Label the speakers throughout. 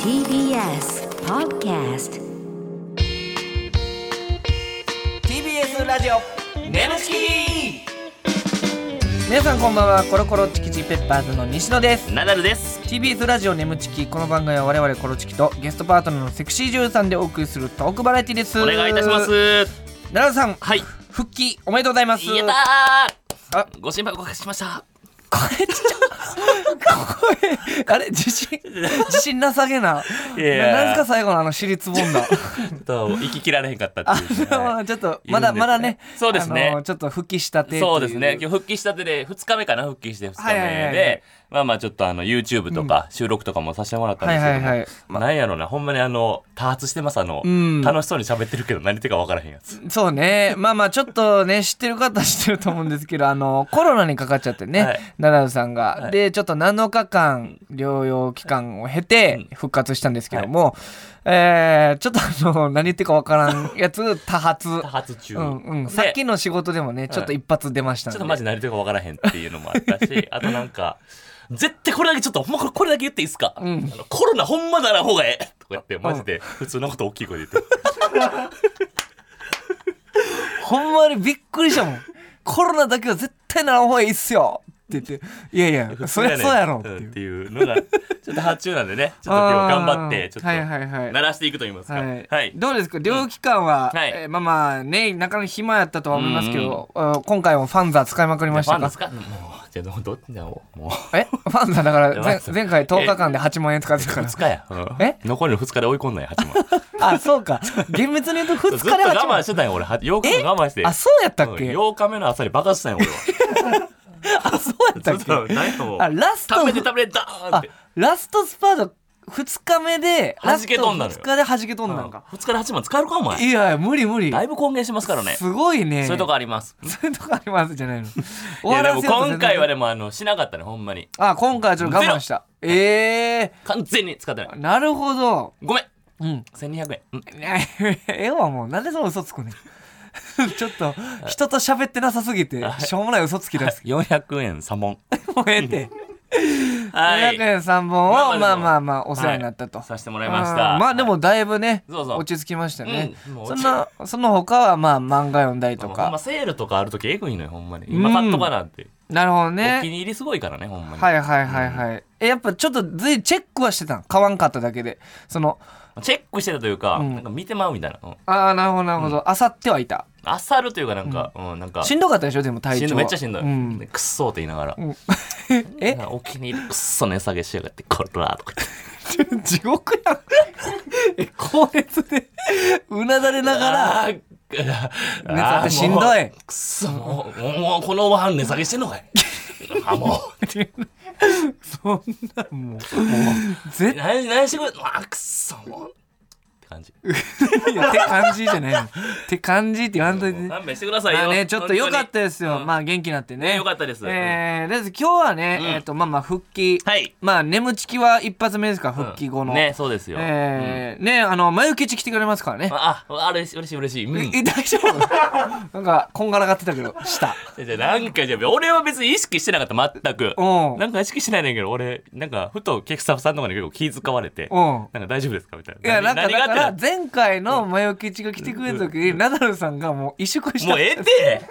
Speaker 1: TBS Podcast
Speaker 2: TBS ラジオネムチキ皆さんこんばんはコロコロチキチペッパーズの西野です
Speaker 3: ナダルです。
Speaker 2: TBS ラジオネムチキこの番組は我々コロチキとゲストパートナーのセクシー女優さんでお送りするトークバラエティです
Speaker 3: お願いいたします。
Speaker 2: 奈良さん
Speaker 3: はい。
Speaker 2: 復帰おめでとうございます
Speaker 3: 言えた
Speaker 2: あ
Speaker 3: ー。ご心配おかけしました。
Speaker 2: あれ自信自信なさげない
Speaker 3: やいや
Speaker 2: なんすか最後のあの私立ボン ダ
Speaker 3: ちょっと息切られへんかったっ
Speaker 2: あ
Speaker 3: て いうね、
Speaker 2: のちょっとまだ
Speaker 3: いるんで
Speaker 2: ま
Speaker 3: すね
Speaker 2: だね
Speaker 3: そうですね
Speaker 2: あのちょっと復帰したてってい
Speaker 3: そうですね。今日復帰したてで2日目かな復帰して2日目で、
Speaker 2: はいはいはいはい
Speaker 3: まあまあちょっとあの YouTube とか収録とかもさせてもらったん
Speaker 2: は
Speaker 3: で
Speaker 2: い
Speaker 3: すけど
Speaker 2: は
Speaker 3: も、
Speaker 2: いはいま
Speaker 3: なんやろなほんまにあの多発してますあの、
Speaker 2: ん
Speaker 3: 楽しそうに喋ってるけど何言ってるか分からへんやつ。
Speaker 2: そうね。まあまあ、ちょっとね、知ってる方は知ってると思うんですけど、あの、コロナにかかっちゃってね、
Speaker 3: はい
Speaker 2: ナダルさんが。
Speaker 3: はい
Speaker 2: で、ちょっと7日間、療養期間を経て、復活したんですけども、えー、ちょっとあの、何言ってるかわからんやつ、多発。
Speaker 3: 多発中。
Speaker 2: うんうん。
Speaker 3: で
Speaker 2: さっきの仕事でもね、ちょっと一発出ましたん
Speaker 3: ちょ
Speaker 2: で。
Speaker 3: っとマジ何言ってるか分からへんっていうのもあった し、あとなんか、絶対これだけちょっと、ほんまこれこれだけ言っていいですか、あのコロナほんまならん方がええとか言って、マジで普通のこと大きい声で言って。
Speaker 2: ほんまにびっくりしたもん。 コロナだけは絶対ならん方がいいっすよって言って、いやいや、 そりゃそうやろって
Speaker 3: うん
Speaker 2: い
Speaker 3: っ
Speaker 2: う。
Speaker 3: ていうのが、ちょっと発注なんでね、 ちょっと今日頑張って、ちょっと、
Speaker 2: はいはいはい
Speaker 3: 鳴らしていくと言いますか。
Speaker 2: はい、
Speaker 3: はい。
Speaker 2: どうですか両期間は、
Speaker 3: うんはい
Speaker 2: えーまあまあねなかなか暇やったとは思いますけど、あ今回もファンザ使いまくりまし
Speaker 3: フ
Speaker 2: た
Speaker 3: ァンで
Speaker 2: か
Speaker 3: すかもう、じゃあど、どっちだよ、もう。
Speaker 2: えファンザだから
Speaker 3: ファン
Speaker 2: 前
Speaker 3: ザ
Speaker 2: 前回10日間で8万円使ってた から
Speaker 3: 2日や。うん
Speaker 2: え
Speaker 3: 残りの2日で追い込んない、8万。
Speaker 2: あそうか 厳密に言うと2
Speaker 3: ずっ
Speaker 2: 日
Speaker 3: と
Speaker 2: で8
Speaker 3: 我慢
Speaker 2: 万
Speaker 3: してたんよ、俺。8日間我慢して。
Speaker 2: あそうやったっけ、
Speaker 3: 8日目の朝に爆発したんよ、俺は。
Speaker 2: あそうやった
Speaker 3: ちょ
Speaker 2: っ
Speaker 3: っ
Speaker 2: け
Speaker 3: と、何やも う。
Speaker 2: あラスト
Speaker 3: 食べて食べてダーンっ
Speaker 2: あ
Speaker 3: て。
Speaker 2: ラストスパート2日目で
Speaker 3: 弾け飛んだ
Speaker 2: ラ
Speaker 3: のよ
Speaker 2: スト2日で弾け飛んだんか、
Speaker 3: 2日で8万使えるかお前
Speaker 2: いやいや無理無理
Speaker 3: だいぶ根源しますからねそ
Speaker 2: すごいね
Speaker 3: ういうとこあります
Speaker 2: そういうとこありますじゃないの
Speaker 3: いやでも今回は
Speaker 2: ね
Speaker 3: でもあのしなかったねほんまに
Speaker 2: あ今回はちょっと我慢したええ
Speaker 3: 完全に使ってない
Speaker 2: ー、なるほど
Speaker 3: ごめん
Speaker 2: うん。
Speaker 3: 1200円うん
Speaker 2: ええわ、もう。なんでその嘘つくねん。 ちょっと、人と喋ってなさすぎて、しょうもない嘘つき 出す。
Speaker 3: 400円3本
Speaker 2: もうええて。
Speaker 3: は
Speaker 2: 200
Speaker 3: い
Speaker 2: 円3本を、
Speaker 3: まあまあでも
Speaker 2: まあまあまあ、お世話になったと。
Speaker 3: させてもらいました
Speaker 2: あーまあでも、だいぶね、
Speaker 3: そうそう
Speaker 2: 落ち着きましたね。
Speaker 3: うんもう
Speaker 2: そ
Speaker 3: 落
Speaker 2: ん
Speaker 3: ち
Speaker 2: な、その他は、まあ、漫画読んだりと
Speaker 3: ほんま
Speaker 2: か。
Speaker 3: セールとかある時えぐいのよほんまに今買っとかなんて
Speaker 2: なるほど
Speaker 3: お気
Speaker 2: ね。
Speaker 3: に入りすごいからねほんまに
Speaker 2: はいはいはいはい。え、やっぱちょっと、ずいチェックはしてたん買わんかっただけで。その、
Speaker 3: チェックしてたというか
Speaker 2: うん
Speaker 3: なんか見てまうみたいなうん
Speaker 2: ああ、なるほどなるほど。あさってはいた。
Speaker 3: あさるというかなんかうんなんか
Speaker 2: しんどかったでしょ、でも体調
Speaker 3: し
Speaker 2: は。
Speaker 3: んどいめっちゃしんどい
Speaker 2: うん
Speaker 3: でくっそーって言いながら
Speaker 2: ん え
Speaker 3: えお気に入りくっそ値下げしやがってこらーとか言って
Speaker 2: 地獄やん。 え、高熱で、うなだれながら、
Speaker 3: あー
Speaker 2: 熱あってしんどい
Speaker 3: あーもうくっそもうもうこのワン値下げしてんのかいあも
Speaker 2: そんなんもう、
Speaker 3: うもう
Speaker 2: 絶
Speaker 3: 何何してくれあーくっそもうって感じ
Speaker 2: 対やって感じじゃないの。って感じって言わんといて。ま
Speaker 3: 勘弁してください
Speaker 2: あ
Speaker 3: よ
Speaker 2: ね、ちょっと良かったですよ。
Speaker 3: うん
Speaker 2: まあ元気になってね。
Speaker 3: ね良かったです
Speaker 2: えー、です今日はね、
Speaker 3: うん
Speaker 2: えっ、と、まあまあ復帰。
Speaker 3: はい
Speaker 2: まあ眠ちきは一発目ですから、
Speaker 3: うん
Speaker 2: 復帰後の。
Speaker 3: ねそうですようん
Speaker 2: えー、ね、あの、眉吉来てくれますからね。
Speaker 3: ああ嬉しい嬉しい嬉しいうん
Speaker 2: え、大丈夫 なんか、こんがらがってたけど、した。
Speaker 3: じゃあなんかじゃあ俺は別に意識してなかった全く
Speaker 2: うん
Speaker 3: なんか意識してないねんけど俺なんかふとケクサフさんとかに結構気遣われて
Speaker 2: うん。
Speaker 3: なんか大丈夫ですかみたい
Speaker 2: い
Speaker 3: な。
Speaker 2: や、なんか、
Speaker 3: 何
Speaker 2: だか
Speaker 3: 何が
Speaker 2: ら、
Speaker 3: あって
Speaker 2: 前回の前置きが来てくれた時に、ナダルさんがもう萎縮し
Speaker 3: な
Speaker 2: た。
Speaker 3: もうええて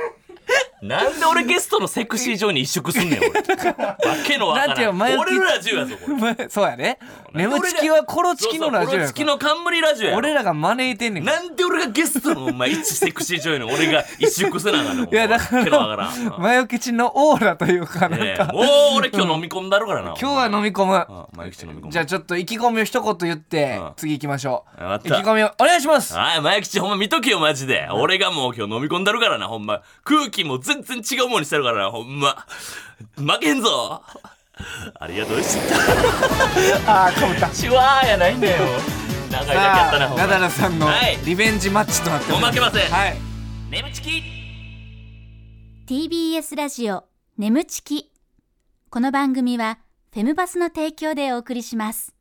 Speaker 3: なんで俺ゲストのセクシー上に一縮すんねん、俺。わけのわか
Speaker 2: なんていう
Speaker 3: ら
Speaker 2: の前
Speaker 3: ん。
Speaker 2: 置き
Speaker 3: 俺のラジオやぞ、これ。
Speaker 2: え そうやね。
Speaker 3: なんで
Speaker 2: 眠ちきはコロチキのラジオ
Speaker 3: そう
Speaker 2: や
Speaker 3: そう
Speaker 2: か
Speaker 3: この月
Speaker 2: ら。
Speaker 3: の冠ラジオやろ。
Speaker 2: 俺らが招いてんねんから。
Speaker 3: なんで俺がゲストの、お前、一セクシー上位の俺が一縮せなあかんの。い
Speaker 2: いや、だか
Speaker 3: わけのわかららん。うん
Speaker 2: 前置きのオーラというか、なん
Speaker 3: ええ
Speaker 2: か、
Speaker 3: もう俺今日飲み込んだるからな。
Speaker 2: 今日は飲み込む。
Speaker 3: は、マイク飲み込む。
Speaker 2: じゃあ、ちょっと意気込みを一言言って
Speaker 3: うん、
Speaker 2: 次行きましょう
Speaker 3: わ。か
Speaker 2: 意
Speaker 3: っ
Speaker 2: 気
Speaker 3: た
Speaker 2: 込みをお願いします
Speaker 3: はい、前吉ほんま見とけよ、マジで。俺がもう今日飲み込んだるからな、ほんま。空気も全然違うもんにしてるからな、ほんま。負けんぞありがとうでし た。
Speaker 2: あー、かぶった。
Speaker 3: シワーやないんだよ。長いだけや
Speaker 2: さ
Speaker 3: ったな、
Speaker 2: あ、
Speaker 3: ほん
Speaker 2: ナダル
Speaker 3: ま。
Speaker 2: さんの
Speaker 3: はい
Speaker 2: リベンジマッチとなっており
Speaker 3: もう
Speaker 2: ま
Speaker 3: 負
Speaker 2: す
Speaker 3: けません。
Speaker 2: はい。
Speaker 3: 眠ちき
Speaker 1: TBS ラジオ眠ちきこの番組はフェムバスの提供でお送りします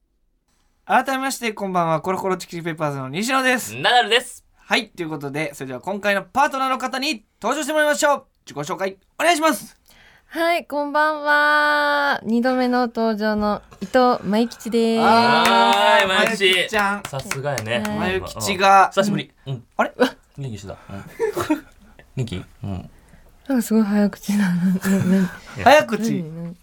Speaker 2: 改めまして、こんばんは。コロコロチキチキペッパーズの西野です。
Speaker 3: ナダルです。
Speaker 2: はい、ということで、それでは今回のパートナーの方に登場してもらいましょう。自己紹介、お願いします。
Speaker 4: はい、こんばんは。二度目の登場の伊藤舞吉です。
Speaker 3: あーい
Speaker 2: ま
Speaker 3: マ
Speaker 2: ゆ
Speaker 3: ジ
Speaker 2: きちゃん。
Speaker 3: さすがやね
Speaker 4: はい
Speaker 2: まゆきちが。
Speaker 3: 久しぶり。うん。
Speaker 2: あれ
Speaker 3: 元気してた。うん 元気うん。
Speaker 4: なんかすごい早口だな。
Speaker 2: 早口。
Speaker 4: 何何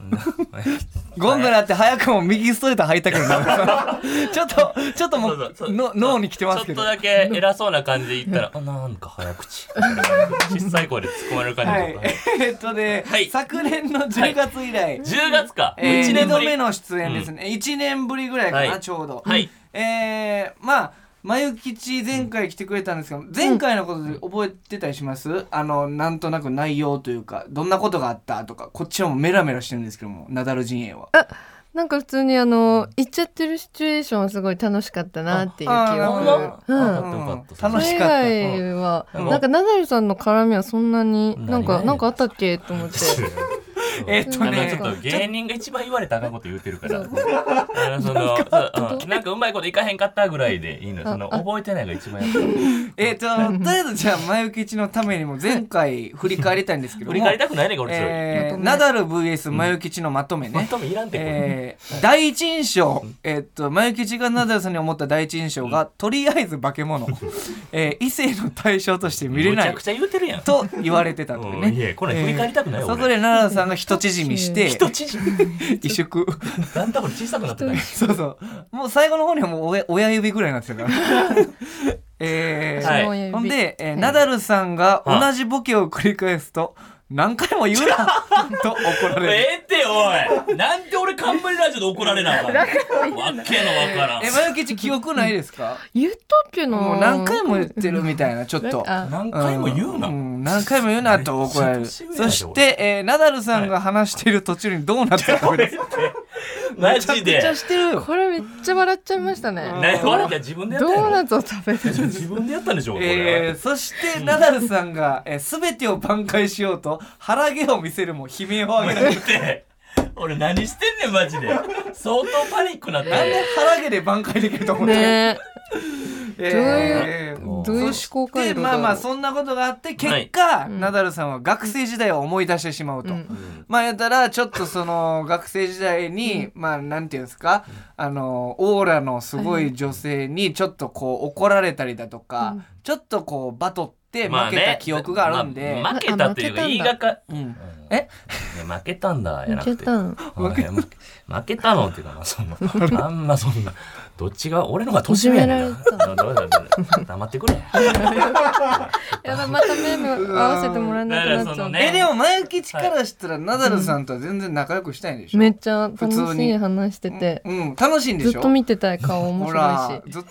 Speaker 2: ゴングラって早くも右ストレート入ったけど な。ちょっと、ちょっとも
Speaker 3: そううそうそう
Speaker 2: の脳に来てます
Speaker 3: ちょ
Speaker 2: け
Speaker 3: っ
Speaker 2: ど
Speaker 3: と。だけ偉そうな感じで言 ったら、あ、なんか早口。小さい声で突っ込まれる感じ
Speaker 2: は
Speaker 3: だっ
Speaker 2: い
Speaker 3: たはい。
Speaker 2: えーっとね
Speaker 3: はい、
Speaker 2: 昨年の10月以来、
Speaker 3: 10月か。
Speaker 2: え
Speaker 3: 1
Speaker 2: 1
Speaker 3: 年
Speaker 2: 度
Speaker 3: ぶり
Speaker 2: 目。の出演ですね。1年ぶりぐらいか
Speaker 3: は
Speaker 2: な、
Speaker 3: い
Speaker 2: ちょうど。
Speaker 3: はい。
Speaker 2: えー、まあ眉吉前回来てくれたんですけど前回のことで覚えてたりしますあのなんとなく内容というかどんなことがあったとかこっちはもうメラメラしてるんですけどもナダル陣営は
Speaker 4: なんか普通にあの、行っちゃってるシチュエーションはすごい楽しかったなっていう気
Speaker 2: あーなるほど
Speaker 4: がする。うん。
Speaker 3: よかった
Speaker 2: 楽
Speaker 4: それ
Speaker 2: し
Speaker 4: 以
Speaker 2: かった
Speaker 4: 外は、
Speaker 3: うん
Speaker 4: なんかナダルさんの絡みはそんなに、
Speaker 3: うん
Speaker 4: なんか、
Speaker 3: 何
Speaker 4: なんかあったっけと思って。
Speaker 2: えっと
Speaker 3: あのち
Speaker 2: ね
Speaker 3: ょっと芸人が一番言われたらあかんこと言うてる からあのそのそううんなんかうまいこといかへんかったぐらいでいいのその覚えてないが一番やっぱ
Speaker 2: えっと とりあえずじゃあ眉吉のためにも前回振り返りたいんですけど
Speaker 3: 振
Speaker 2: も
Speaker 3: り返りたくないねん か俺それ
Speaker 2: えーナダル VS 眉吉のまとめね、
Speaker 3: まとめいらんってこれ
Speaker 2: えー第一印象、えーっと眉吉がナダルさんに思った第一印象が、とりあえず化け 物、えー異性の対象として見れ
Speaker 3: め
Speaker 2: な
Speaker 3: ちゃ
Speaker 2: い
Speaker 3: くちゃ言うてるやん
Speaker 2: と言われてたという
Speaker 3: うんい
Speaker 2: ね。
Speaker 3: やこれ振り返りたくない
Speaker 2: えー
Speaker 3: よ
Speaker 2: そこで奈良さんが人縮みして
Speaker 3: 人縮み
Speaker 2: 萎縮
Speaker 3: だんだん俺小さくなってない
Speaker 2: そうそうもう最後の方にはもう親親指ぐらいになってたから えー
Speaker 3: はい
Speaker 4: もう指
Speaker 2: ほんで、えーナダルさんが同じボケを繰り返すと何回も言う なと怒られる
Speaker 3: ええっておいなんで俺冠ラジオで怒られなあかんのわけのわからん
Speaker 2: えまゆきち記憶ないですか
Speaker 4: 言ったっけな
Speaker 2: もう何回も言ってるみたいなちょっと
Speaker 4: あ
Speaker 3: 何回も言うな
Speaker 2: うん何回も言うなと怒られる
Speaker 3: 年上や
Speaker 2: そ
Speaker 3: で
Speaker 2: して、えーナダルさんが話している途中にどうなったかです
Speaker 3: マジ
Speaker 2: めっち
Speaker 3: で
Speaker 2: ゃしてるよ
Speaker 4: これめっちゃ笑っちゃいましたね。
Speaker 3: 何笑って自分でやっ
Speaker 4: ド
Speaker 3: たや
Speaker 4: ー
Speaker 3: ろ
Speaker 4: ナツを食べてる。
Speaker 3: 自分でやったんでしょこ
Speaker 2: え
Speaker 3: れ
Speaker 2: ー、そしてナダルさん が、えー、全てを挽回しようと腹毛を見せるも悲鳴を上げ られる
Speaker 3: って俺何してんねんマジで相当パニックなって
Speaker 2: なんで腹毛で挽回できると思って、
Speaker 4: ね
Speaker 2: えー
Speaker 4: どういう思考
Speaker 2: で
Speaker 4: 回路だろう
Speaker 2: まあまあそんなことがあって結果、ナダルさんは学生時代を思い出してしまうと、
Speaker 4: うん
Speaker 2: まあやったらちょっとその学生時代に、まあなんていうんですかあのオーラのすごい女性にちょっとこう怒られたりだとか、ちょっとこうバトって負けた記憶があるんで、
Speaker 3: まあ負けたというか
Speaker 4: あ負
Speaker 3: 言い
Speaker 4: けたんだ
Speaker 3: がか
Speaker 2: うん
Speaker 3: いや負けたんだやなく
Speaker 4: 負け
Speaker 3: て
Speaker 4: たん
Speaker 3: 負け負けたのっていうかまあそのあんまそんなどっちが俺の方が年上やねん
Speaker 4: い
Speaker 3: な
Speaker 4: じめら
Speaker 3: どうだどうだ黙ってくれ
Speaker 4: やだ、またメモ合わせてもらえなくなっちゃう。
Speaker 3: ね
Speaker 2: えでも前吉からしたらナダルさんとは全然仲良くしたいんでしょ、
Speaker 4: めっちゃ楽
Speaker 2: 普通
Speaker 4: し
Speaker 2: に
Speaker 4: い話してて。
Speaker 2: うん楽しいんでしょ
Speaker 4: ずっと見てたい顔面
Speaker 2: ほ
Speaker 4: 白
Speaker 2: ら
Speaker 4: いし
Speaker 2: ずっ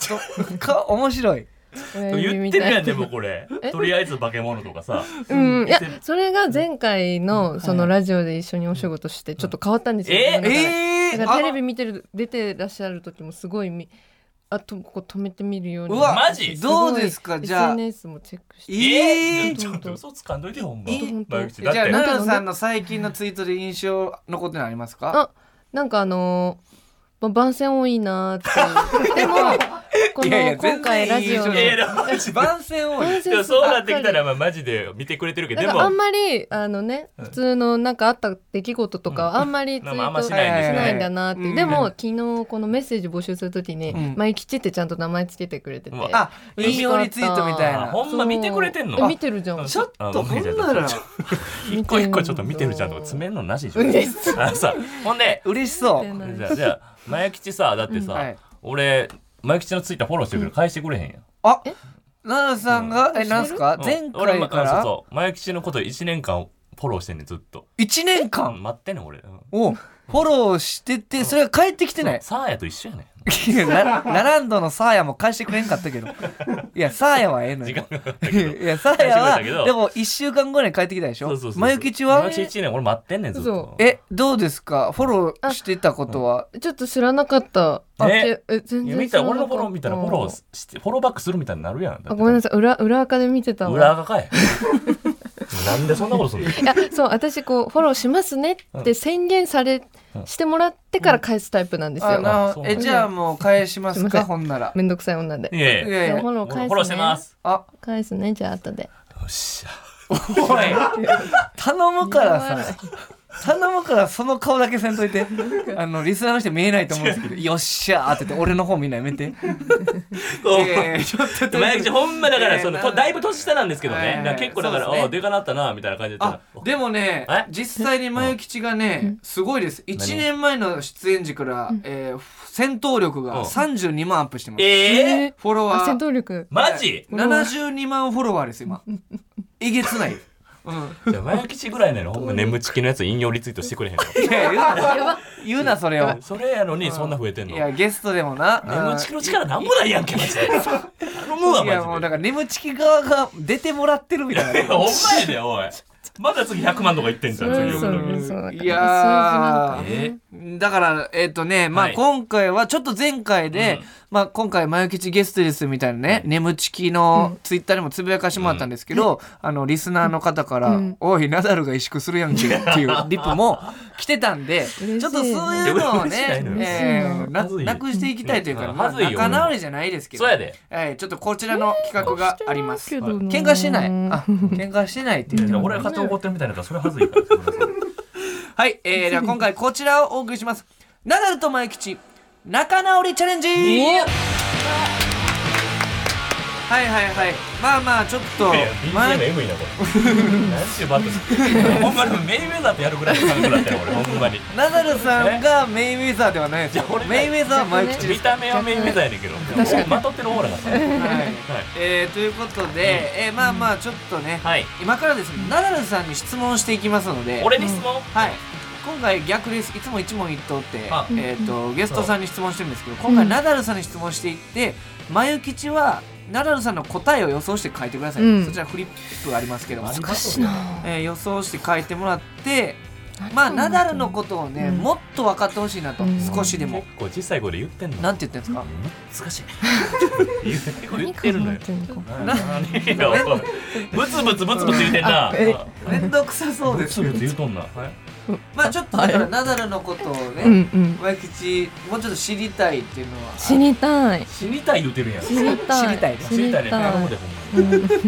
Speaker 2: とか面白い
Speaker 4: 親指
Speaker 3: 言っ
Speaker 4: み
Speaker 3: て
Speaker 4: た
Speaker 3: る
Speaker 4: い
Speaker 3: やんでもこれ
Speaker 4: え
Speaker 3: とりあえず化け物とかさ
Speaker 4: うん、いやそれが前回のそのラジオで一緒にお仕事してちょっと変わったんですよ、
Speaker 3: え
Speaker 4: 自分の中で
Speaker 2: え
Speaker 4: だ
Speaker 2: ー、
Speaker 4: からテ
Speaker 2: あ
Speaker 4: レビ見てる出てらっしゃる時もすごいみあとここ止めてみるように
Speaker 2: うわ
Speaker 3: マジ
Speaker 2: どうですか
Speaker 4: ごい
Speaker 2: じゃあ
Speaker 4: SNS もチェックして
Speaker 2: え
Speaker 3: え
Speaker 2: ー
Speaker 3: ちょっと嘘つかんといてよほんま
Speaker 2: えー
Speaker 4: 本当
Speaker 3: まゆきち
Speaker 2: じ
Speaker 3: だ
Speaker 2: ゃ
Speaker 3: っ
Speaker 2: あ
Speaker 3: て
Speaker 2: ナダルさんの最近のツイートで印象のことにありますか
Speaker 4: あなんかあのーま番宣多いなーっていうでもこ
Speaker 2: いやいや
Speaker 4: の今回ラジオ
Speaker 2: 全
Speaker 4: の
Speaker 2: 然いい
Speaker 3: えーマジで
Speaker 2: 番宣多い
Speaker 4: 番
Speaker 3: でも
Speaker 4: 宣
Speaker 3: そうなってきたら
Speaker 4: ばっか
Speaker 3: まあマジで見てくれてるけ
Speaker 4: り
Speaker 3: どで
Speaker 4: だからあん
Speaker 3: も
Speaker 4: まりあのね普通のなんかあった出来事とかはあんまりツイ
Speaker 3: まああん
Speaker 4: ー
Speaker 3: ま
Speaker 4: ト
Speaker 3: し
Speaker 4: し
Speaker 3: ないんです
Speaker 2: し
Speaker 3: よ
Speaker 4: ないん
Speaker 3: ね
Speaker 4: だなって
Speaker 2: うん
Speaker 4: でも昨日このメッセージ募集するときに
Speaker 2: うん
Speaker 4: 「まあきち」ってちゃんと名前つけてくれてて
Speaker 3: うわ
Speaker 2: あ引用リツイートみたい
Speaker 3: あ
Speaker 2: な
Speaker 3: ほんま見てくれてん
Speaker 4: そう
Speaker 3: の
Speaker 4: え見てるじゃん
Speaker 2: ちょっ
Speaker 3: あ
Speaker 2: と
Speaker 3: ごめん
Speaker 2: ほんなら
Speaker 3: ちょっと一個一個ちょっと見てるじゃんとか詰めんのなしでしょ
Speaker 4: うんです
Speaker 3: あさほんで
Speaker 2: 嬉しそ
Speaker 4: み
Speaker 2: う
Speaker 4: た
Speaker 3: じ
Speaker 4: いな
Speaker 3: ゃあじゃあ前吉さだってさ、
Speaker 2: はい
Speaker 3: 俺前吉のツイッターフォローしてるけど返してくれへんやん、
Speaker 2: あナダルさんが、えなんすか、
Speaker 3: うん
Speaker 2: 前
Speaker 3: 俺
Speaker 2: 回
Speaker 3: ま
Speaker 2: か
Speaker 3: あそう
Speaker 2: ら
Speaker 3: そう前吉のこと1年間フォローしてんねんずっと
Speaker 2: 1年間、
Speaker 3: 待ってんねん俺、うん
Speaker 2: をフォローしてて、それが返ってきてない。
Speaker 3: サーヤと一緒やねん
Speaker 2: い やララランドのサーヤも返してくれんかったけど。いや、サーヤは ええの
Speaker 3: 時
Speaker 2: よ
Speaker 3: 間。がかかったけど
Speaker 2: いや、サーヤ
Speaker 3: 返してくれたけど
Speaker 2: は、でも1週間後に帰ってきたでし
Speaker 3: そう
Speaker 2: ょ
Speaker 3: そうそう
Speaker 2: まゆきちは
Speaker 3: 前吉1年俺待ってんねんずっと
Speaker 4: 嘘
Speaker 2: え、どうですかフォローしてたことは。
Speaker 4: ちょっと知らなかったあ
Speaker 3: え
Speaker 4: え全
Speaker 3: いや
Speaker 4: 然
Speaker 3: 見
Speaker 4: 知ら
Speaker 3: た
Speaker 4: な
Speaker 3: ら俺
Speaker 4: か
Speaker 3: のフォ
Speaker 4: った
Speaker 3: ロー見たらフォローしてフォローバックするみたいになるやん
Speaker 4: あごめんな
Speaker 3: さ
Speaker 4: さい裏裏垢で見てたわ
Speaker 3: 裏垢かいなんでそんなことするの
Speaker 4: いやそう私こうフォローしますねって宣言され、
Speaker 3: うん
Speaker 4: してもらってから返すタイプなんです
Speaker 2: あ
Speaker 4: よ。
Speaker 2: な
Speaker 3: あそう
Speaker 2: え、じゃあもう返します
Speaker 4: すいませ
Speaker 2: か
Speaker 4: ん
Speaker 2: ほんなら。
Speaker 4: めんどくさい女で。
Speaker 3: いや
Speaker 2: い
Speaker 3: いや
Speaker 2: やい
Speaker 4: じゃあ
Speaker 2: や
Speaker 4: フ。ォロー
Speaker 3: フ
Speaker 4: 返すね。
Speaker 3: ォローしてます
Speaker 2: あ、
Speaker 4: 返すねじゃあ後で。
Speaker 3: よっしゃ
Speaker 2: おい、頼むからさ。頼むからその顔だけせんといてあのリスナーの人見えないと思うんですけど「よっしゃー」って言って俺の方見ないやめて
Speaker 3: こう
Speaker 2: えーちょっと
Speaker 3: 前口ほんまだからその、
Speaker 2: えー
Speaker 3: とだいぶ年下なんですけどね、
Speaker 2: はいはい
Speaker 3: だから結構だから、
Speaker 2: そうですね
Speaker 3: ああでかなったなみたいな感じだった
Speaker 2: あ
Speaker 3: ら
Speaker 2: でもね
Speaker 3: え
Speaker 2: 実際に前吉がねすごいです1年前の出演時から、えー戦闘力
Speaker 3: うん
Speaker 2: が32万アップしてます、
Speaker 3: ええ
Speaker 4: え
Speaker 2: フォロ
Speaker 4: ー、
Speaker 2: ワ
Speaker 4: あ戦
Speaker 2: ー
Speaker 4: 闘力
Speaker 3: マジ
Speaker 4: ォロワー
Speaker 2: 72万フォロワーです 今えげつない、うん、
Speaker 3: じゃあ前吉ぐらいなのほんま眠ちきのやつ引用リツイートしてくれへんの
Speaker 2: いや言うな言うなそれを
Speaker 3: それやのにそんな増えてん
Speaker 2: い
Speaker 3: の
Speaker 2: やゲストでもな
Speaker 3: 眠ちきの力なんもないやんけマジで頼むわ
Speaker 2: いやも
Speaker 3: マ
Speaker 2: う
Speaker 3: ジ
Speaker 2: だ
Speaker 3: で
Speaker 2: から眠ちき側が出てもらってるみ たいな
Speaker 3: お前でおいまだ次100万とか言ってんじゃん次
Speaker 4: そう
Speaker 3: 読むのに
Speaker 4: そうだから
Speaker 2: いやー
Speaker 4: 数字なんかね
Speaker 2: だからえっ、とね、ま
Speaker 3: は
Speaker 2: あ、
Speaker 3: い
Speaker 2: 今回はちょっと前回で、
Speaker 3: うん
Speaker 2: まあ、今回「まゆきちゲストです」みたいなね、眠ちきのツイッターでもつぶやかしてもらったんですけど、あのリスナーの方から「
Speaker 4: うん
Speaker 2: おいナダルが萎縮するやんけ」って いうリプも来てたんでち
Speaker 4: 嬉しい
Speaker 2: ょっとそういうのをね
Speaker 3: いや嬉しいのよ
Speaker 2: えー
Speaker 4: 嬉しいの
Speaker 2: な
Speaker 3: まずい
Speaker 2: なくしていきたいというか、
Speaker 3: うん
Speaker 2: まあ、
Speaker 3: まずいよ
Speaker 2: 仲直りじゃないですけど
Speaker 3: そうやで
Speaker 2: えーちょっとこちらの企画があります。
Speaker 4: 喧嘩してないけどな
Speaker 2: 喧嘩してないあ喧嘩してないっていう
Speaker 3: いや俺が勝手に怒ってるみたいだからそれはずいから
Speaker 2: はい、えー、では今回こちらをお送りします。ナダルとマイキチ仲直りチャレンジ。はいはいはい。まあまあちょっとマ
Speaker 3: BGM
Speaker 2: イ
Speaker 3: エグいなこれ何ちゅうバットしてんのほんまにメインウェザーとやるぐらいの感覚だったよ俺ほんまに
Speaker 2: ナダルさんがメインウェザーではないですよ
Speaker 3: いや俺。が
Speaker 2: メインウェザーはマイキチで
Speaker 3: 見
Speaker 2: す。
Speaker 3: た目 はメインウェザーやねんけどまとってるオーラがさはい
Speaker 2: はい。えー、ということで、えー、まあまあちょっとね、
Speaker 3: はい
Speaker 2: 今からですねナダルさんに質問していきますので、
Speaker 3: 俺に質問
Speaker 2: はい。今回逆ですいつも一問一答って
Speaker 3: あ、
Speaker 2: えー、とゲストさんに質問してるんですけど今回ナダルさんに質問していって眉吉はナダルさんの答えを予想して書いてください、
Speaker 4: うん
Speaker 2: そちらフリップありますけども、
Speaker 3: 難
Speaker 4: しな
Speaker 2: えー予想して書いてもらってまあナダルのことをね、
Speaker 4: うん
Speaker 2: もっと分かってほしいなと、
Speaker 4: うん
Speaker 2: 少しでも
Speaker 3: 結、構小さい声で言ってんの
Speaker 2: なんて言ってんですか、
Speaker 3: 難しい結構言ってるのよ
Speaker 4: 何か
Speaker 3: な何よブツブツブツブツ言うてんな
Speaker 4: え
Speaker 2: めんどくさそう
Speaker 3: ブ
Speaker 2: です
Speaker 3: ツブツ言うとんなはい
Speaker 2: まあちょっとだからナダルのことをね、
Speaker 4: うんうん
Speaker 2: 眉吉もうちょっと知りたいっていうのは
Speaker 4: 死にたい
Speaker 3: 死にたい言うてるやん
Speaker 4: 死にたい
Speaker 2: 知りたいです
Speaker 3: 知りたいね頼む
Speaker 4: 頼
Speaker 3: でほんまに
Speaker 4: むで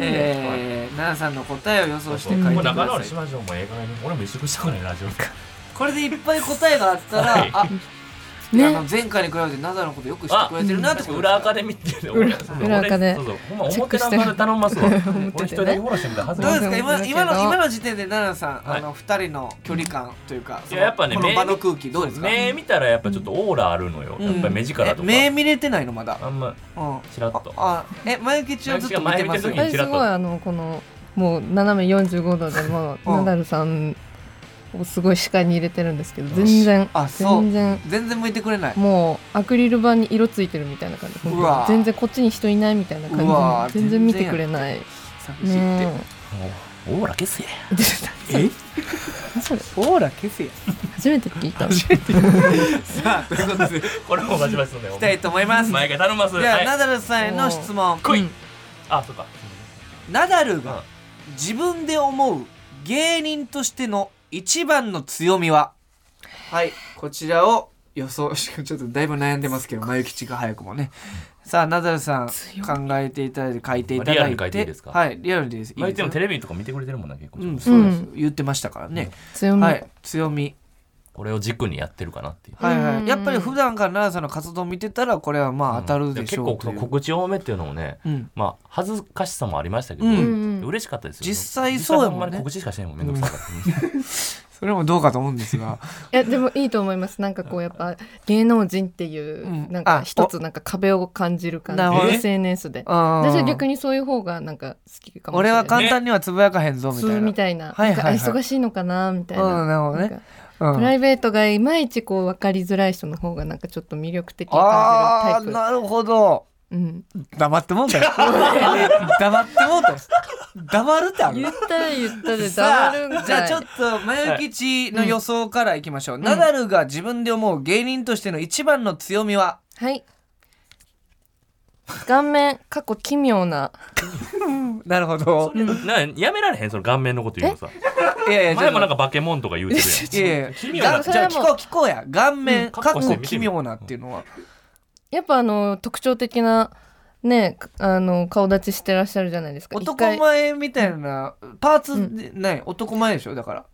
Speaker 2: えー、ナダルさんの答えを予想して書いてください
Speaker 3: もう仲直りしましょうもうええ加減に俺も一緒したくないラジオ
Speaker 2: これでいっぱい答えがあったら、
Speaker 3: はい
Speaker 2: あ、
Speaker 4: ね
Speaker 2: あの前回に比べてナダルのことよく知ってくれてるなってこと
Speaker 3: 裏垢で見てる
Speaker 4: 裏裏垢で
Speaker 3: そうそうほんま表の垢で頼みますわ
Speaker 4: チェックし
Speaker 3: 俺一人
Speaker 4: てね
Speaker 3: だけフォローしてみたはず
Speaker 2: どう
Speaker 3: や
Speaker 2: ですか
Speaker 4: どう
Speaker 2: 今
Speaker 4: です
Speaker 2: 今
Speaker 4: け
Speaker 2: の
Speaker 4: ど
Speaker 2: 今の時点でナダルさん、
Speaker 3: はい
Speaker 2: あの二人の距離感というかその
Speaker 3: ややっぱね
Speaker 2: この場
Speaker 3: 目
Speaker 2: の空気どうですか
Speaker 3: 目見たらやっぱちょっとオーラあるのよ
Speaker 2: うん
Speaker 3: やっぱり目力と
Speaker 2: え
Speaker 3: か
Speaker 2: 目見れてないのまだ、
Speaker 3: あんま
Speaker 2: うん、あ
Speaker 3: ちらっと
Speaker 2: あえ眉毛中ずっと見てます
Speaker 3: 眉毛が前見てる
Speaker 2: よ
Speaker 3: 時に
Speaker 4: すごいあのこのもう斜め45度でもう
Speaker 2: うん
Speaker 4: ナダルさんをすごい視界に入れてるんですけど全然
Speaker 2: あそう
Speaker 4: 全然
Speaker 2: 全然向いてくれない
Speaker 4: もうアクリル板に色ついてるみたいな感じ本当に
Speaker 2: うわ
Speaker 4: 全然こっちに人いないみたいな
Speaker 2: うわ
Speaker 4: 感じ全然見てくれない
Speaker 2: 寂しいって、
Speaker 4: ね
Speaker 3: もうオーラ消せ
Speaker 4: え
Speaker 3: え
Speaker 4: それ
Speaker 2: オーラ消せや
Speaker 4: 初めて聞いた
Speaker 2: さあということ でいき
Speaker 3: これもバチバチすんだよ
Speaker 2: たいと思います
Speaker 3: 毎回頼みます
Speaker 2: では、
Speaker 3: はい
Speaker 2: ナダルさんへの質問
Speaker 3: 来い
Speaker 4: うん
Speaker 3: あそうか
Speaker 2: ナダル
Speaker 3: うん
Speaker 2: が自分で思う芸人としての一番の強みははいこちらを予想 しちょっとだいぶ悩んでますけど眉吉が早くもねさあナダルさん考えていただいて書いていただいて
Speaker 3: リアルに書いていいですか
Speaker 2: はいリアルでいいですい
Speaker 3: 毎回も
Speaker 2: いです
Speaker 3: テ
Speaker 2: よ
Speaker 3: レビとか見てくれてるもんな結構
Speaker 2: うんそうですよ言ってましたからね、
Speaker 4: 強み、
Speaker 2: はい強み
Speaker 3: これを軸にやってるかなっていう
Speaker 2: はいは
Speaker 4: う
Speaker 2: い
Speaker 4: ん
Speaker 2: やっぱり普段からナダルさんの活動を見てたらこれはまあ当たるでしょう
Speaker 3: 結構
Speaker 2: と
Speaker 3: そ
Speaker 2: いう
Speaker 3: の告知多めっていうのもね
Speaker 2: うん
Speaker 3: まあ恥ずかしさもありましたけど
Speaker 2: うん
Speaker 3: 嬉しかったですよ
Speaker 2: 実際そうやもんね
Speaker 3: 実際ほまに告知しかしてないもんめんどくさいから
Speaker 2: それもどうかと思うんです が
Speaker 4: いやでもいいと思いますなんかこうやっぱ芸能人っていう、
Speaker 2: うん
Speaker 4: なん
Speaker 2: あ
Speaker 4: か一つなんか壁を感じる感
Speaker 2: なる
Speaker 3: ほど
Speaker 4: じ SNS で私
Speaker 2: 私
Speaker 4: は逆にそういう方がなんか好きかもし
Speaker 2: 俺
Speaker 4: れない
Speaker 2: は簡単にはつぶやかへんぞみたい
Speaker 4: 普
Speaker 2: な
Speaker 4: 通みたい
Speaker 2: は
Speaker 4: な,、
Speaker 2: いはいはい
Speaker 4: なんかあ忙しいのかなみたいな,、
Speaker 2: うんなるほどね
Speaker 4: んか
Speaker 2: うん
Speaker 4: プライベートがいまいちこう分かりづらい人の方がなんかちょっと魅力的に
Speaker 2: あ
Speaker 4: 感
Speaker 2: あ
Speaker 4: じるタイ
Speaker 2: なるほど
Speaker 4: プ、うん、
Speaker 2: 黙ってもうた よ黙ってもうたよ黙るってある
Speaker 4: 言ったら言ったで
Speaker 2: さ
Speaker 4: 黙るんか
Speaker 2: あ
Speaker 4: い
Speaker 2: じゃあちょっと眉吉の予想からいきましょう、ナダルが自分で思う芸人としての一番の強みは
Speaker 4: はい顔面過去奇妙な
Speaker 2: なるほど
Speaker 3: なやめられへんその顔面のこと言うのさ
Speaker 2: いやいや
Speaker 3: 前もなん
Speaker 2: か
Speaker 3: かバケモンとか言うてる
Speaker 2: いやいや
Speaker 3: 奇妙な
Speaker 2: がじゃあ聞こう聞こうや顔
Speaker 3: う
Speaker 2: 面
Speaker 3: ん
Speaker 2: かっ
Speaker 3: かっこい
Speaker 2: こ
Speaker 3: い
Speaker 2: 奇妙なっていうのは
Speaker 4: やっぱあの特徴的なねあの顔立ちしてらっしゃるじゃないですか一
Speaker 2: 男
Speaker 4: 回
Speaker 2: 前みたいなパーツでない男前でしょだから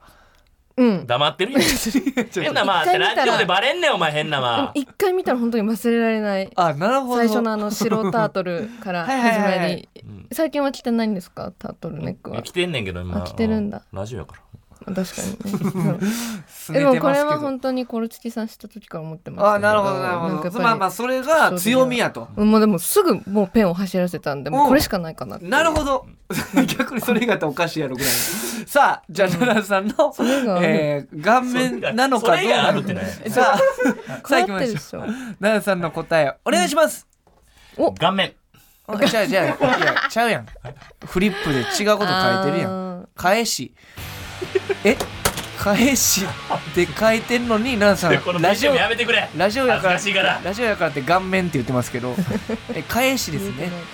Speaker 4: うん。
Speaker 3: 黙ってるやん変なまあってラジオでバレんねんお前変なまあ
Speaker 4: 一回見たら本当に忘れられない。
Speaker 2: あなるほど
Speaker 4: 最初のあの白タートルから
Speaker 2: はいはい
Speaker 4: 始
Speaker 2: はい
Speaker 4: ま
Speaker 2: はい
Speaker 4: り。最近は着てないんですかタートルネックは。
Speaker 3: 来てんねんけど今
Speaker 4: あ来てるんだ
Speaker 3: ラジオやから
Speaker 4: 確かに ね。
Speaker 2: す
Speaker 4: うん
Speaker 2: ねてます
Speaker 4: でも
Speaker 2: けど
Speaker 4: これは本当にコルチキさん知った時から思ってますけど。
Speaker 2: あなるほどなる
Speaker 4: んか
Speaker 2: ほ
Speaker 4: やっぱ
Speaker 2: ど
Speaker 4: り
Speaker 2: まあまあそれが強みやと
Speaker 4: うんもうでもすぐもうペンを走らせたんで、もうこれしかないかなって。
Speaker 2: なるほど 逆にそれ以外やったらおかしいやろぐらい のさあじゃあ奈良さんの、
Speaker 4: れがある
Speaker 2: えー顔面なのかどうなの
Speaker 3: それがあるって
Speaker 2: かさあさあ 行
Speaker 4: 変
Speaker 2: き
Speaker 4: わっ
Speaker 2: ま
Speaker 4: てる
Speaker 2: しょ
Speaker 4: で
Speaker 2: う
Speaker 4: しょ。
Speaker 2: 奈良さんの答えお願いします、
Speaker 3: 顔面
Speaker 2: ちゃうちゃういやちゃうやんフリップで違うこと書いてるやん
Speaker 4: ん。
Speaker 2: 返しえ返しって書いてんのに奈良
Speaker 3: こ
Speaker 2: さ
Speaker 3: の
Speaker 2: んラジオ
Speaker 3: BGM やめてくれ
Speaker 2: ラジオやから
Speaker 3: 恥ずかしいから
Speaker 2: ラジオやからって顔面って言ってますけどえ返しです
Speaker 4: 見てない
Speaker 2: ね
Speaker 4: からね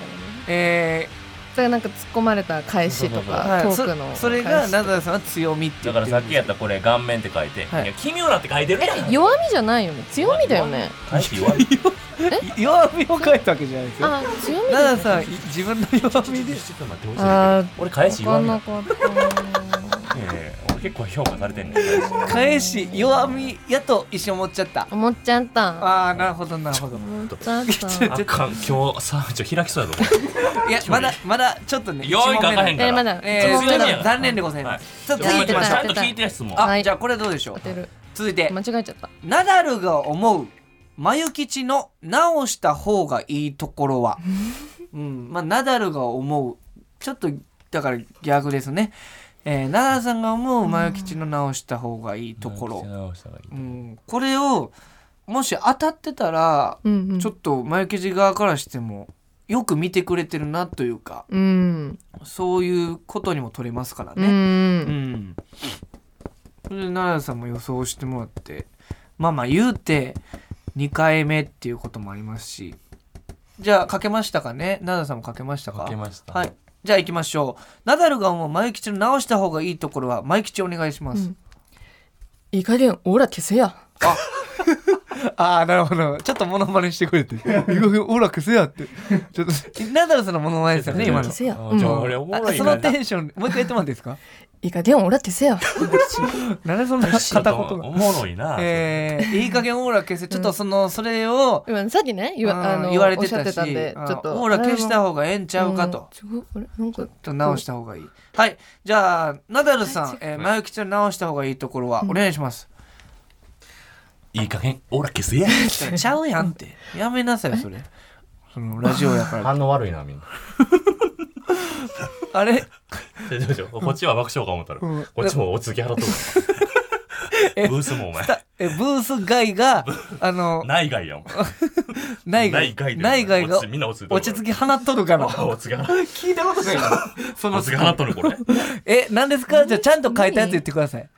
Speaker 2: え
Speaker 4: だからなんか突っ込まれた返しと
Speaker 2: ー
Speaker 4: か
Speaker 2: は
Speaker 4: ト
Speaker 2: い、
Speaker 4: ークの
Speaker 2: そそれが
Speaker 4: 返しと
Speaker 2: 奈
Speaker 4: か
Speaker 2: 良さんは強みって言
Speaker 3: だ
Speaker 2: っ
Speaker 3: か
Speaker 2: て
Speaker 3: ら
Speaker 2: る
Speaker 3: さっきやったらこれ顔面って書いて、
Speaker 2: はい
Speaker 3: い、や奇妙なって書いてるやん
Speaker 4: 弱みじゃないよね強みだよね
Speaker 3: 書いて弱み
Speaker 2: 弱みを書いたわけじゃないですよ
Speaker 4: あ強みだよ
Speaker 2: 奈良
Speaker 4: ね
Speaker 2: さん自分の弱みで
Speaker 3: ちょっと待ってほしい
Speaker 4: あ
Speaker 3: 俺返し
Speaker 4: ーわ
Speaker 3: 弱
Speaker 4: かん
Speaker 3: み
Speaker 4: な
Speaker 3: だ
Speaker 4: かった
Speaker 3: いやいや俺結構評価されてんねん返し
Speaker 2: 返し弱みやと一瞬思っちゃった
Speaker 4: 思っちゃった
Speaker 2: ああなるほどなるほど
Speaker 4: 思っちゃった
Speaker 3: あかん今日さちょっと開きそうやぞこ
Speaker 2: いや まだまだちょっとね
Speaker 3: れ用意書かへ
Speaker 2: か
Speaker 3: んから
Speaker 4: えまだ
Speaker 2: えー、
Speaker 4: 一問目だ
Speaker 2: ちょっと残念でございます、さあ次行きまし
Speaker 3: ち
Speaker 2: ょ
Speaker 3: ゃ
Speaker 2: うん
Speaker 3: と聞いてや質問
Speaker 2: あ、
Speaker 4: はい
Speaker 2: じゃあこれどうでしょう
Speaker 4: 当てる
Speaker 2: 続いて
Speaker 4: 間違えちゃった
Speaker 2: ナダルが思う眉吉の直した方がいいところは、うん、まあナダルが思うちょっとだから逆ですね、えー、ナダルさんが思う眉吉の直した方がいいところ、うん、これをもし当たってたら、
Speaker 4: うんうん
Speaker 2: ちょっと眉吉側からしてもよく見てくれてるなというか
Speaker 4: うん
Speaker 2: そういうことにも取れますから
Speaker 4: う
Speaker 2: ね。うんん。それで奈良さんも予想してもらってまあまあ言うて2回目っていうこともありますしじゃあかけましたかね奈良さんもかけましたか
Speaker 3: かけました
Speaker 2: はいじゃあ行きましょうナダルが思う眉吉の直した方がいいところは眉吉お願いします、
Speaker 4: うんいい加減オーラ消せや
Speaker 2: ああなるほどちょっとモノマネしてく れてほらくせやってちょっと ナダルさんのモノマネですよね今の
Speaker 4: 消せや
Speaker 3: じゃあ俺おも
Speaker 2: あ
Speaker 3: ろい
Speaker 2: そのテンションもう一回言ってもらっていいです か
Speaker 4: いい加減オーラ消せや
Speaker 2: なんでそんな片言
Speaker 3: お
Speaker 2: が
Speaker 3: もろいな
Speaker 2: えー、いい加減オーラ消せちょっとその、それを
Speaker 4: 今さっきね言
Speaker 2: うん
Speaker 4: わあの
Speaker 2: 言われて
Speaker 4: おっしゃ
Speaker 2: た
Speaker 4: って
Speaker 2: し、
Speaker 4: たんで
Speaker 2: うん
Speaker 4: ちょっと
Speaker 2: オーラ消した
Speaker 4: 方
Speaker 2: 方がええんちゃうかと。
Speaker 4: あれなんか
Speaker 2: と直した方がいい。はい、じゃあナダルさん、えー、前吉の直した方がいいところはお願いします。
Speaker 3: いい加減オーラ消せや
Speaker 2: ちゃうやんって、やめなさいそれ。そのラジオやから。
Speaker 3: 反応悪いなみんな
Speaker 2: あれ、
Speaker 3: 大丈夫でしょこっちは爆笑か思ったら
Speaker 2: ん
Speaker 3: こっちもお続き払っと
Speaker 2: え
Speaker 3: くブースもお前
Speaker 2: たえブース外があの
Speaker 3: 内外やん
Speaker 2: 内
Speaker 3: 内
Speaker 2: 外
Speaker 3: 外で
Speaker 2: 内外が
Speaker 3: みんなおつ
Speaker 2: 落ち着き放っとるかな。
Speaker 3: おつぎ払っ
Speaker 2: 聞いたことないな。 そ
Speaker 3: お
Speaker 2: の
Speaker 3: つぎ払っとるこれ
Speaker 2: え何ですかじゃあちゃんと書いたやつ言ってください。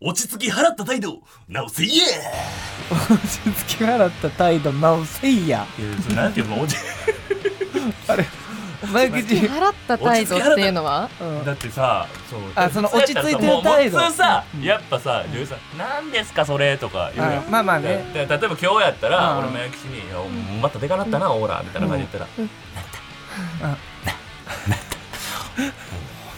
Speaker 3: 落ち着き払った態度直せイエ
Speaker 2: 落ち着き払った態度直せいや。
Speaker 3: ーなんていうの落ち
Speaker 2: 前口。
Speaker 4: 払った態度っていうのは
Speaker 2: うん
Speaker 3: だってさ、そう
Speaker 2: あその落ち着いてる態度
Speaker 3: もう普通さ、やっぱさ、女優さん、なんですかそれとか言うや
Speaker 2: あ
Speaker 3: ん。
Speaker 2: まあまあね
Speaker 3: で。で例えば今日やったら、
Speaker 2: うん
Speaker 3: 俺もやきしにいや、またでかなったな、オーラみたいな感じで言ったら、なった。なった。なった。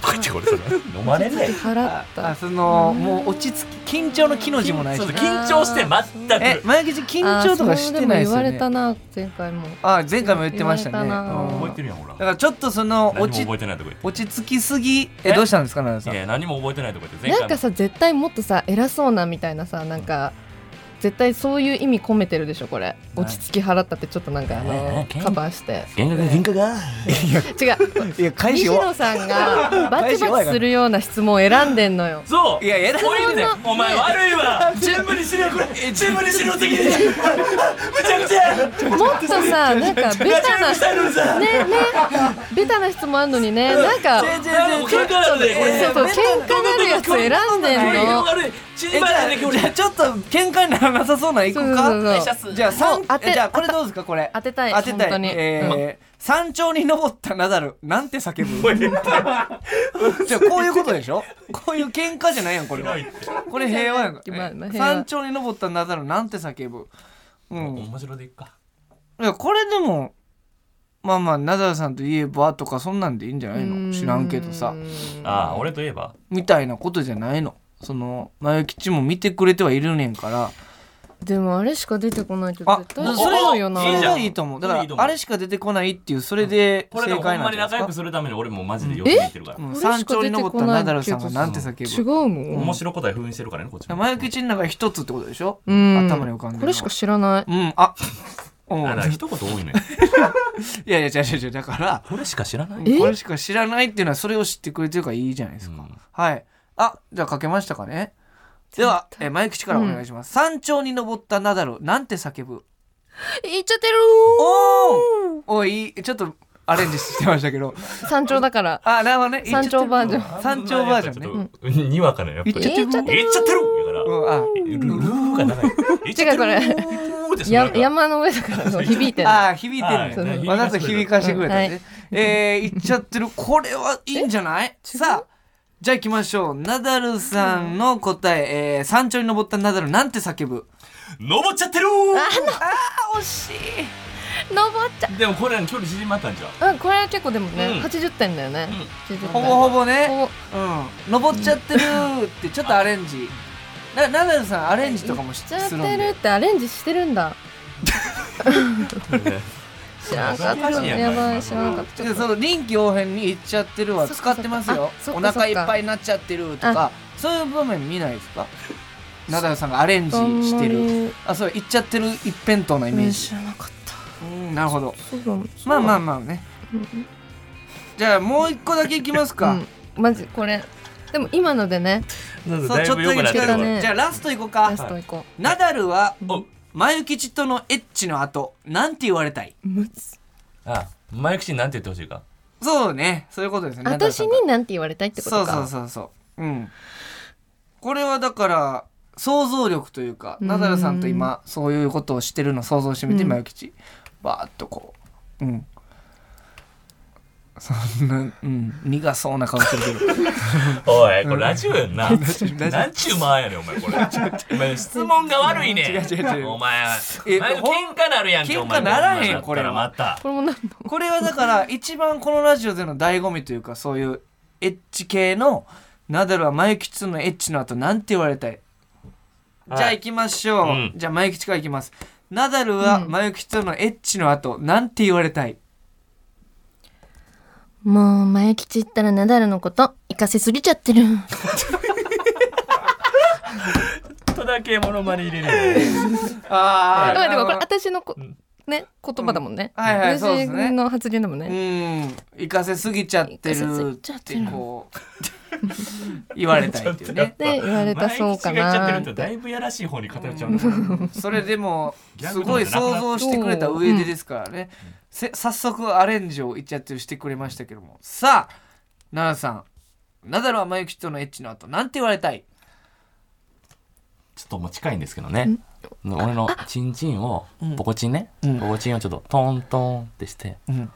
Speaker 3: こうやってこれそれ飲まれんねん。
Speaker 4: 払っ
Speaker 2: あ
Speaker 4: た
Speaker 2: そのもう落ち着き緊張の木の字もないし
Speaker 3: そうそう緊張して全
Speaker 2: え
Speaker 3: く。
Speaker 2: 前口緊張とかしてないですよ
Speaker 4: あーそれでも言われ
Speaker 2: ね
Speaker 4: たな前回も
Speaker 2: あ前回も言ってましたねう
Speaker 4: 言われたなん
Speaker 3: 覚え
Speaker 2: だ
Speaker 3: てるやん、ほら。
Speaker 2: からちょっとその
Speaker 3: 何も
Speaker 2: 落ち
Speaker 3: 覚えてないとこ言っ
Speaker 2: 落ち着きすぎえ
Speaker 3: え
Speaker 2: どうしたんですか奈
Speaker 3: て。
Speaker 2: 良
Speaker 3: い
Speaker 2: さ
Speaker 3: や、何も覚えてないとこ言って。前回
Speaker 4: なんかさ絶対もっとさ偉そうなみたいなさなんか絶対そういう意味込めてるでしょこれ落ち着き払ったってちょっとなんかあ
Speaker 3: ね
Speaker 4: の
Speaker 3: えねえ
Speaker 4: カバーして
Speaker 3: 喧嘩が喧嘩が。
Speaker 4: 違う
Speaker 2: んいや返し
Speaker 4: 西
Speaker 2: を
Speaker 4: 野さんがバチバチするような質問を選んでんの よ
Speaker 3: そう
Speaker 2: いや選んで
Speaker 3: こういうね
Speaker 4: そんな
Speaker 3: お前悪いわ全部にしろこれ全部にしろ的にむちゃくちゃ
Speaker 4: もっとさなんかベタな
Speaker 3: したいのにさ
Speaker 4: ねねベタな質問あるのにねなんか
Speaker 3: もう喧嘩なんでこれ
Speaker 4: そうそう喧嘩なるやつ選んで
Speaker 3: こ
Speaker 4: ん
Speaker 3: れが
Speaker 4: の
Speaker 3: 悪いチ
Speaker 2: え
Speaker 3: ー
Speaker 2: じ
Speaker 3: バー
Speaker 2: ゃ
Speaker 3: だ
Speaker 2: あ
Speaker 3: ね
Speaker 2: じ
Speaker 3: 今日
Speaker 2: ゃあちょっと喧嘩にならなさそうなの行こう
Speaker 4: そうそうそう
Speaker 2: か
Speaker 4: 愛
Speaker 3: 車数
Speaker 2: じゃあ三
Speaker 4: もう当て
Speaker 2: えじゃあこれどうですかこれ
Speaker 4: 当てたい
Speaker 2: 当てたい
Speaker 4: 本当に
Speaker 2: えー山頂に登ったナダルなんて叫 ぶ じゃあこういうことでしょこういう喧嘩じゃないやんこれはこれ平和やんか、
Speaker 4: まあまあ
Speaker 2: え
Speaker 4: 平和
Speaker 2: 山頂に登ったナダルなんて叫ぶうんい
Speaker 3: 面白でいっか
Speaker 2: やこれでもまあまあナダルさんといえばとかそんなんでいいんじゃないの知らんけどさ
Speaker 4: うーん
Speaker 3: ああ俺といえば
Speaker 2: みたいなことじゃないのその前吉も見てくれてはいるねんから
Speaker 4: でもあれしか出てこないけど
Speaker 2: あ
Speaker 4: 絶
Speaker 2: そ
Speaker 4: 対
Speaker 2: れ
Speaker 4: 出るよな
Speaker 2: それ
Speaker 3: じゃん
Speaker 2: がいいと思うだか
Speaker 3: いいと
Speaker 2: ら
Speaker 3: 思う
Speaker 2: あれしか出てこないっていうそれで
Speaker 3: これで
Speaker 2: 正
Speaker 3: もほ
Speaker 2: 解
Speaker 3: ん
Speaker 2: な
Speaker 3: ま
Speaker 2: ん
Speaker 3: に
Speaker 2: じゃない
Speaker 3: 仲
Speaker 2: で
Speaker 3: 良く
Speaker 2: すか
Speaker 3: するために俺もマジでよく聞いてるから
Speaker 2: うん
Speaker 4: 俺しか
Speaker 2: 山頂に登ったナダルさんがなんて叫
Speaker 4: 違
Speaker 2: ぶ
Speaker 4: うもん
Speaker 3: 面白いことは封印してるからねこっちも
Speaker 2: 前口の中に一つってことでしょ
Speaker 4: うん
Speaker 2: 頭に浮かんでるのは
Speaker 4: これしか知らない
Speaker 2: うんあう
Speaker 3: あだから
Speaker 2: ん
Speaker 3: 一言多いね
Speaker 2: いやいや違う違う違うだから
Speaker 3: これしか知らない
Speaker 4: え
Speaker 2: これしか知らないっていうのはそれを知ってくれてるからいいじゃないですか、
Speaker 3: うん
Speaker 2: はいあじゃあ書けましたかねではえ前口からお願いします、山頂に登ったナダルなんて叫ぶ
Speaker 4: 言っちゃってる
Speaker 2: おーおいちょっとアレンジしてましたけど
Speaker 4: ー山頂だから
Speaker 2: あなるほどね
Speaker 4: 山頂バージョ
Speaker 2: ン山頂バージョンね
Speaker 3: ねにわかねやっぱ
Speaker 2: 言っ
Speaker 3: り
Speaker 2: ちゃって
Speaker 4: 言っちゃ
Speaker 2: る
Speaker 4: って
Speaker 3: 言っちゃってるだから
Speaker 2: うんあ
Speaker 3: ルルーが 長い言っちゃってる
Speaker 4: 違う
Speaker 3: うーってそ
Speaker 4: や
Speaker 3: のなんか
Speaker 4: 山の上だからそう響いてる
Speaker 2: あー響いてる
Speaker 4: はい
Speaker 2: ねわざと響かしてくれたね、
Speaker 4: うんはい
Speaker 2: えー、言っちゃってるこれはいいんじゃないさあじゃあ行きましょうナダルさんの答え、えー、山頂に登ったナダルなんて叫ぶ
Speaker 3: 登っちゃってる
Speaker 2: 惜しい
Speaker 4: 登っちゃ
Speaker 3: でもこれ距離縮まったんじゃん
Speaker 4: うんこれは結構でもね、
Speaker 3: うん
Speaker 4: 80点だよね、80点
Speaker 2: ほぼほぼね、
Speaker 4: ほ
Speaker 2: うん、登っちゃってるってちょっとアレンジなナダルさんアレンジとかもし
Speaker 4: ちゃっ
Speaker 2: するん
Speaker 4: てるっ
Speaker 2: で
Speaker 4: てアレンジしてるんだ
Speaker 3: 恥
Speaker 4: 知らんかった
Speaker 3: ずかしいやん
Speaker 4: やばい知らんかっ
Speaker 2: ち
Speaker 4: た
Speaker 2: ょっと
Speaker 4: ちょっと
Speaker 2: その臨機応変に言っちゃってるは
Speaker 4: そっ
Speaker 2: 使
Speaker 4: か
Speaker 2: ってますよ
Speaker 4: そっか
Speaker 2: お
Speaker 4: あそっか
Speaker 2: 腹いっぱいになっちゃってるとかそういう場面見ないですかナダルさんがアレンジしてる
Speaker 4: あんまり
Speaker 2: あそう言っちゃってる一辺倒なイメージ
Speaker 4: 知らなかった
Speaker 2: うんなるほど
Speaker 4: そうだもん
Speaker 2: まあまあまあねじゃあもう一個だけいきます
Speaker 4: う
Speaker 2: か
Speaker 4: んマジこれでも今のでね
Speaker 3: なんか
Speaker 2: そう
Speaker 3: だ
Speaker 2: ちょ
Speaker 3: い
Speaker 2: っと
Speaker 3: ぶ
Speaker 2: だ
Speaker 3: 良
Speaker 2: け
Speaker 3: くなってる
Speaker 4: 違った
Speaker 3: わ
Speaker 4: ね
Speaker 2: じゃあラストいこう
Speaker 4: ラ
Speaker 2: か
Speaker 4: スト行こ
Speaker 2: ナダルは
Speaker 3: お
Speaker 2: 眉吉とのエッチの後なんて言われたいう
Speaker 4: むつ
Speaker 3: あマイクシーなんて言ってほしいか
Speaker 2: そうねそういうことですねナダル
Speaker 4: 私
Speaker 2: さん
Speaker 4: になんて言われたいってこと
Speaker 2: そう
Speaker 4: か
Speaker 2: そうそうそううんこれはだから想像力というか
Speaker 4: うん
Speaker 2: ナダルさんと今そういうことをしてるの想像してみて
Speaker 4: うん
Speaker 2: 眉吉バーっとこううんそんなうん苦そうな顔してるけど
Speaker 3: おいこれラジオやんな
Speaker 2: ジオ
Speaker 3: なんちゅう間やねんお前これお前質問が悪いねん
Speaker 2: 違う違う違う
Speaker 3: お前
Speaker 2: え
Speaker 3: 前の喧嘩なるやんけ
Speaker 2: ほん
Speaker 3: お前
Speaker 2: 喧嘩ならへんこ
Speaker 3: こなった
Speaker 2: れは
Speaker 3: また
Speaker 4: これもなんだ
Speaker 2: これはだから一番このラジオでの醍醐味というかそういうエッチ系のナダルは眉吉とのエッチの後なんて言われたい
Speaker 3: はい
Speaker 2: じゃあ行きましょう、
Speaker 3: うん
Speaker 2: じゃあ眉吉から行きますナダルは眉吉とのエッチの後なんて言われたい、
Speaker 4: もう前吉ったらナダルのこと行かせすぎちゃってる
Speaker 3: ちょっとだけモノマネ入れるよね
Speaker 2: あ
Speaker 4: まあでもこれ
Speaker 2: あ
Speaker 4: 私のこ
Speaker 3: ん
Speaker 4: ね言葉だもんね、
Speaker 2: うんはいはい
Speaker 4: 私
Speaker 2: そうですね
Speaker 4: の発言だもんね、
Speaker 2: うん行かせすぎちゃってるってこう 言われたい っていう ね
Speaker 4: で言われたそうか
Speaker 3: 前口が言っちゃっ
Speaker 4: な
Speaker 3: て
Speaker 4: っ
Speaker 3: ると
Speaker 4: て
Speaker 3: だいぶやらしい方に偏っちゃうね
Speaker 2: それでもすごい想像してくれた上でですからね、せ早速アレンジをいっちゃってるしてくれましたけどもさあ奈良さんナダルは眉吉とのエッチの後なんて言われたい
Speaker 3: ちょっともう近いんですけどね。俺のチンチンを
Speaker 2: うん、
Speaker 3: ポコチンね、
Speaker 2: うん
Speaker 3: ポコチンをちょっとトントンってして、
Speaker 2: うん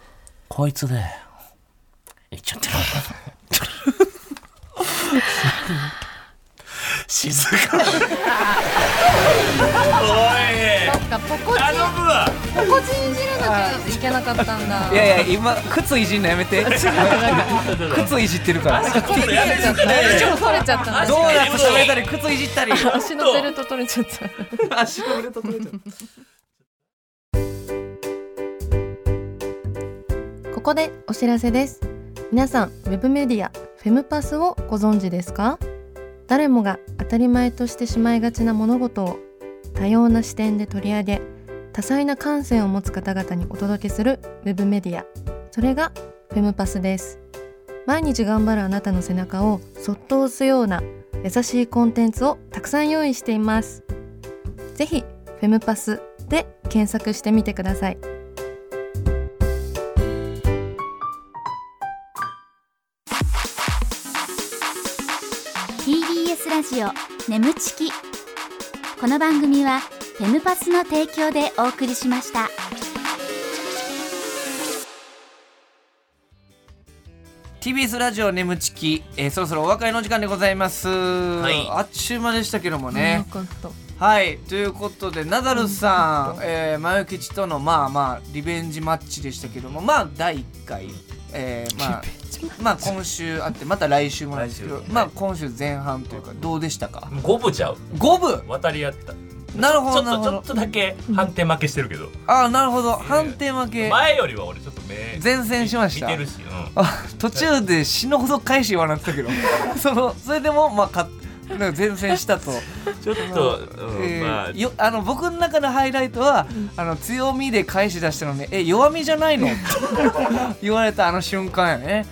Speaker 3: こいつで、いっちゃってる。静か。おい、
Speaker 4: そっかポコチ
Speaker 3: 頼むわ。
Speaker 4: ンポコチンいじらなきゃいけなかったんだ
Speaker 2: いやいや今靴いじんのや めて靴いじってるから
Speaker 3: 今度やめてくれ
Speaker 4: 足を取れちゃった
Speaker 2: ド
Speaker 4: ね
Speaker 2: ーナツ食べたり靴いじ ったり
Speaker 4: 足のベルト取れちゃった
Speaker 2: 足の裏と取れちゃう
Speaker 4: ここでお知らせです皆さんウェブメディアフェムパスをご存知ですか誰もが当たり前としてしまいがちな物事を多様な視点で取り上げ多彩な感性を持つ方々にお届けするウェブメディアそれがフェムパスです毎日頑張るあなたの背中をそっと押すような優しいコンテンツをたくさん用意していますぜひフェムパスで検索してみてください
Speaker 1: す TBS ラジオ眠ちきこの番組はフェムパスの提供でお送りしました
Speaker 2: TBS ラジオ眠ちき、えーそろそろお別れの時間でございます、
Speaker 3: い
Speaker 2: あっちゅう間でしたけどもね、
Speaker 4: かった
Speaker 2: はいということでナダルさん、えー、マヨ吉とのまあまあリベンジマッチでしたけどもまあ第1回、えーまあまあ今週あってまた来週もなんですけど、
Speaker 3: 来週
Speaker 2: まあ今週前半というかどうでしたか
Speaker 3: 五分ちゃう
Speaker 2: 五分
Speaker 3: 渡り合ったち
Speaker 2: なるほ
Speaker 3: ょ
Speaker 2: ど
Speaker 3: っ
Speaker 2: なる
Speaker 3: と
Speaker 2: ほ
Speaker 3: ちょっ
Speaker 2: ど
Speaker 3: とだけ判定負けしてるけど
Speaker 2: ああなるほど判定負け
Speaker 3: 前よりは俺ちょっと目
Speaker 2: 前線しました
Speaker 3: 見てるし、うん
Speaker 2: あ途中で死ぬほど返し笑って たけどそのそれでもまあかなんか前線したと、
Speaker 3: ちょっと、うん
Speaker 2: えー
Speaker 3: まあ
Speaker 2: よあの僕の中のハイライトは、あの強みで返し出したのに「え弱みじゃ ないの?」って言われたあの瞬間やね。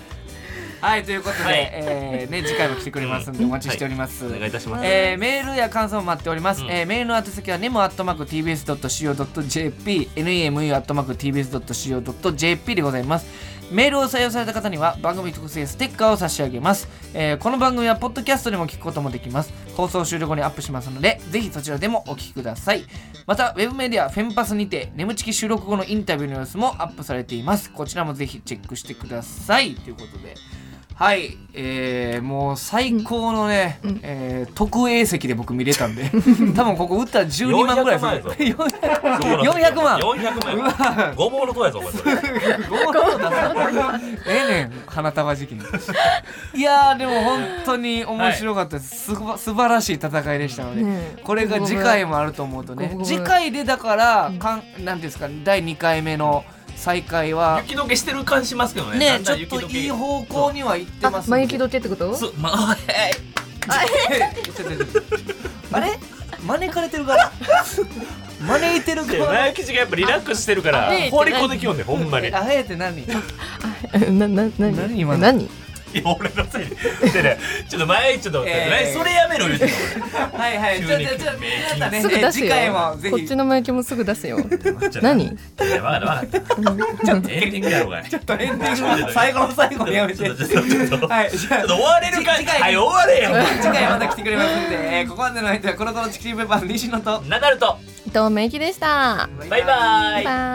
Speaker 2: はいということで、
Speaker 3: はい
Speaker 2: えーね、次回も来てくれますんでお待ちしております。
Speaker 3: お願いいたします、
Speaker 2: えーメールや感想も待っております、
Speaker 3: うん
Speaker 2: えーメールの宛先は nemu.tbs.co.jp nemu.tbs.co.jp でございますメールを採用された方には番組特製ステッカーを差し上げます、えーこの番組はポッドキャストでも聞くこともできます放送終了後にアップしますのでぜひそちらでもお聞きくださいまたウェブメディアフェンパスにて眠ちき収録後のインタビューの様子もアップされていますこちらもぜひチェックしてくださいということではい、えー、もう最高のね、えー特 A 席で僕見れたんで多分ここ打ったら12万ぐらいする400万
Speaker 3: そうなんです
Speaker 2: 400万
Speaker 3: 400万やごぼうの塔やぞお前それ
Speaker 2: ゴールドだなええねん花束時期にいやーでも本当に面白かったです、すご素晴らしい戦いでしたので、
Speaker 4: ねえ
Speaker 2: これが次回もあると思うと
Speaker 4: ごぼ
Speaker 2: ね
Speaker 4: うごぼう
Speaker 2: 次回でだからかんなんていうんですか第2回目の再開は
Speaker 3: 雪解けしてる感しますけどねだ
Speaker 2: ね
Speaker 3: ん
Speaker 2: ち
Speaker 3: だ
Speaker 2: ょ
Speaker 3: ん
Speaker 2: っ
Speaker 3: 雪解
Speaker 2: と
Speaker 3: け
Speaker 2: いい方向にはいってますんで
Speaker 4: 前行きどけってこと
Speaker 3: そうまあはい
Speaker 2: あれ招かれてるから招いてるか
Speaker 3: で
Speaker 2: ら
Speaker 3: 前吉がやっぱリラックスしてるから
Speaker 4: あ
Speaker 3: 放り込んできよんねほんまにい
Speaker 2: あえて何
Speaker 4: な、な、なに
Speaker 2: 何今の
Speaker 4: 何
Speaker 3: や俺のせいででねちょっと前ちょっと待って
Speaker 2: えー
Speaker 3: 前それやめろ言うてんの
Speaker 2: はいはいちょちょちょ皆さんね
Speaker 4: すぐ出す
Speaker 2: 次
Speaker 4: よ
Speaker 2: 回もぜ
Speaker 4: こ
Speaker 2: ひ
Speaker 4: っちの前行きもすぐ出すよ
Speaker 3: 俺ちょっと
Speaker 4: 何
Speaker 3: いやわかったわかったちょっとエンディングやろうがちょっ
Speaker 2: エンディングは最後の最後にやめて
Speaker 3: ちょっとちょっとちょっと
Speaker 2: はいじゃあ
Speaker 3: と終われるか
Speaker 2: 次回
Speaker 3: はい終われよ
Speaker 2: 次回また来てくれますんで、えーここまでの相手はコロコロチキチキペッパーの西野と
Speaker 3: ナダルと
Speaker 4: 伊藤芽衣でした
Speaker 3: バイバーイ
Speaker 4: バイ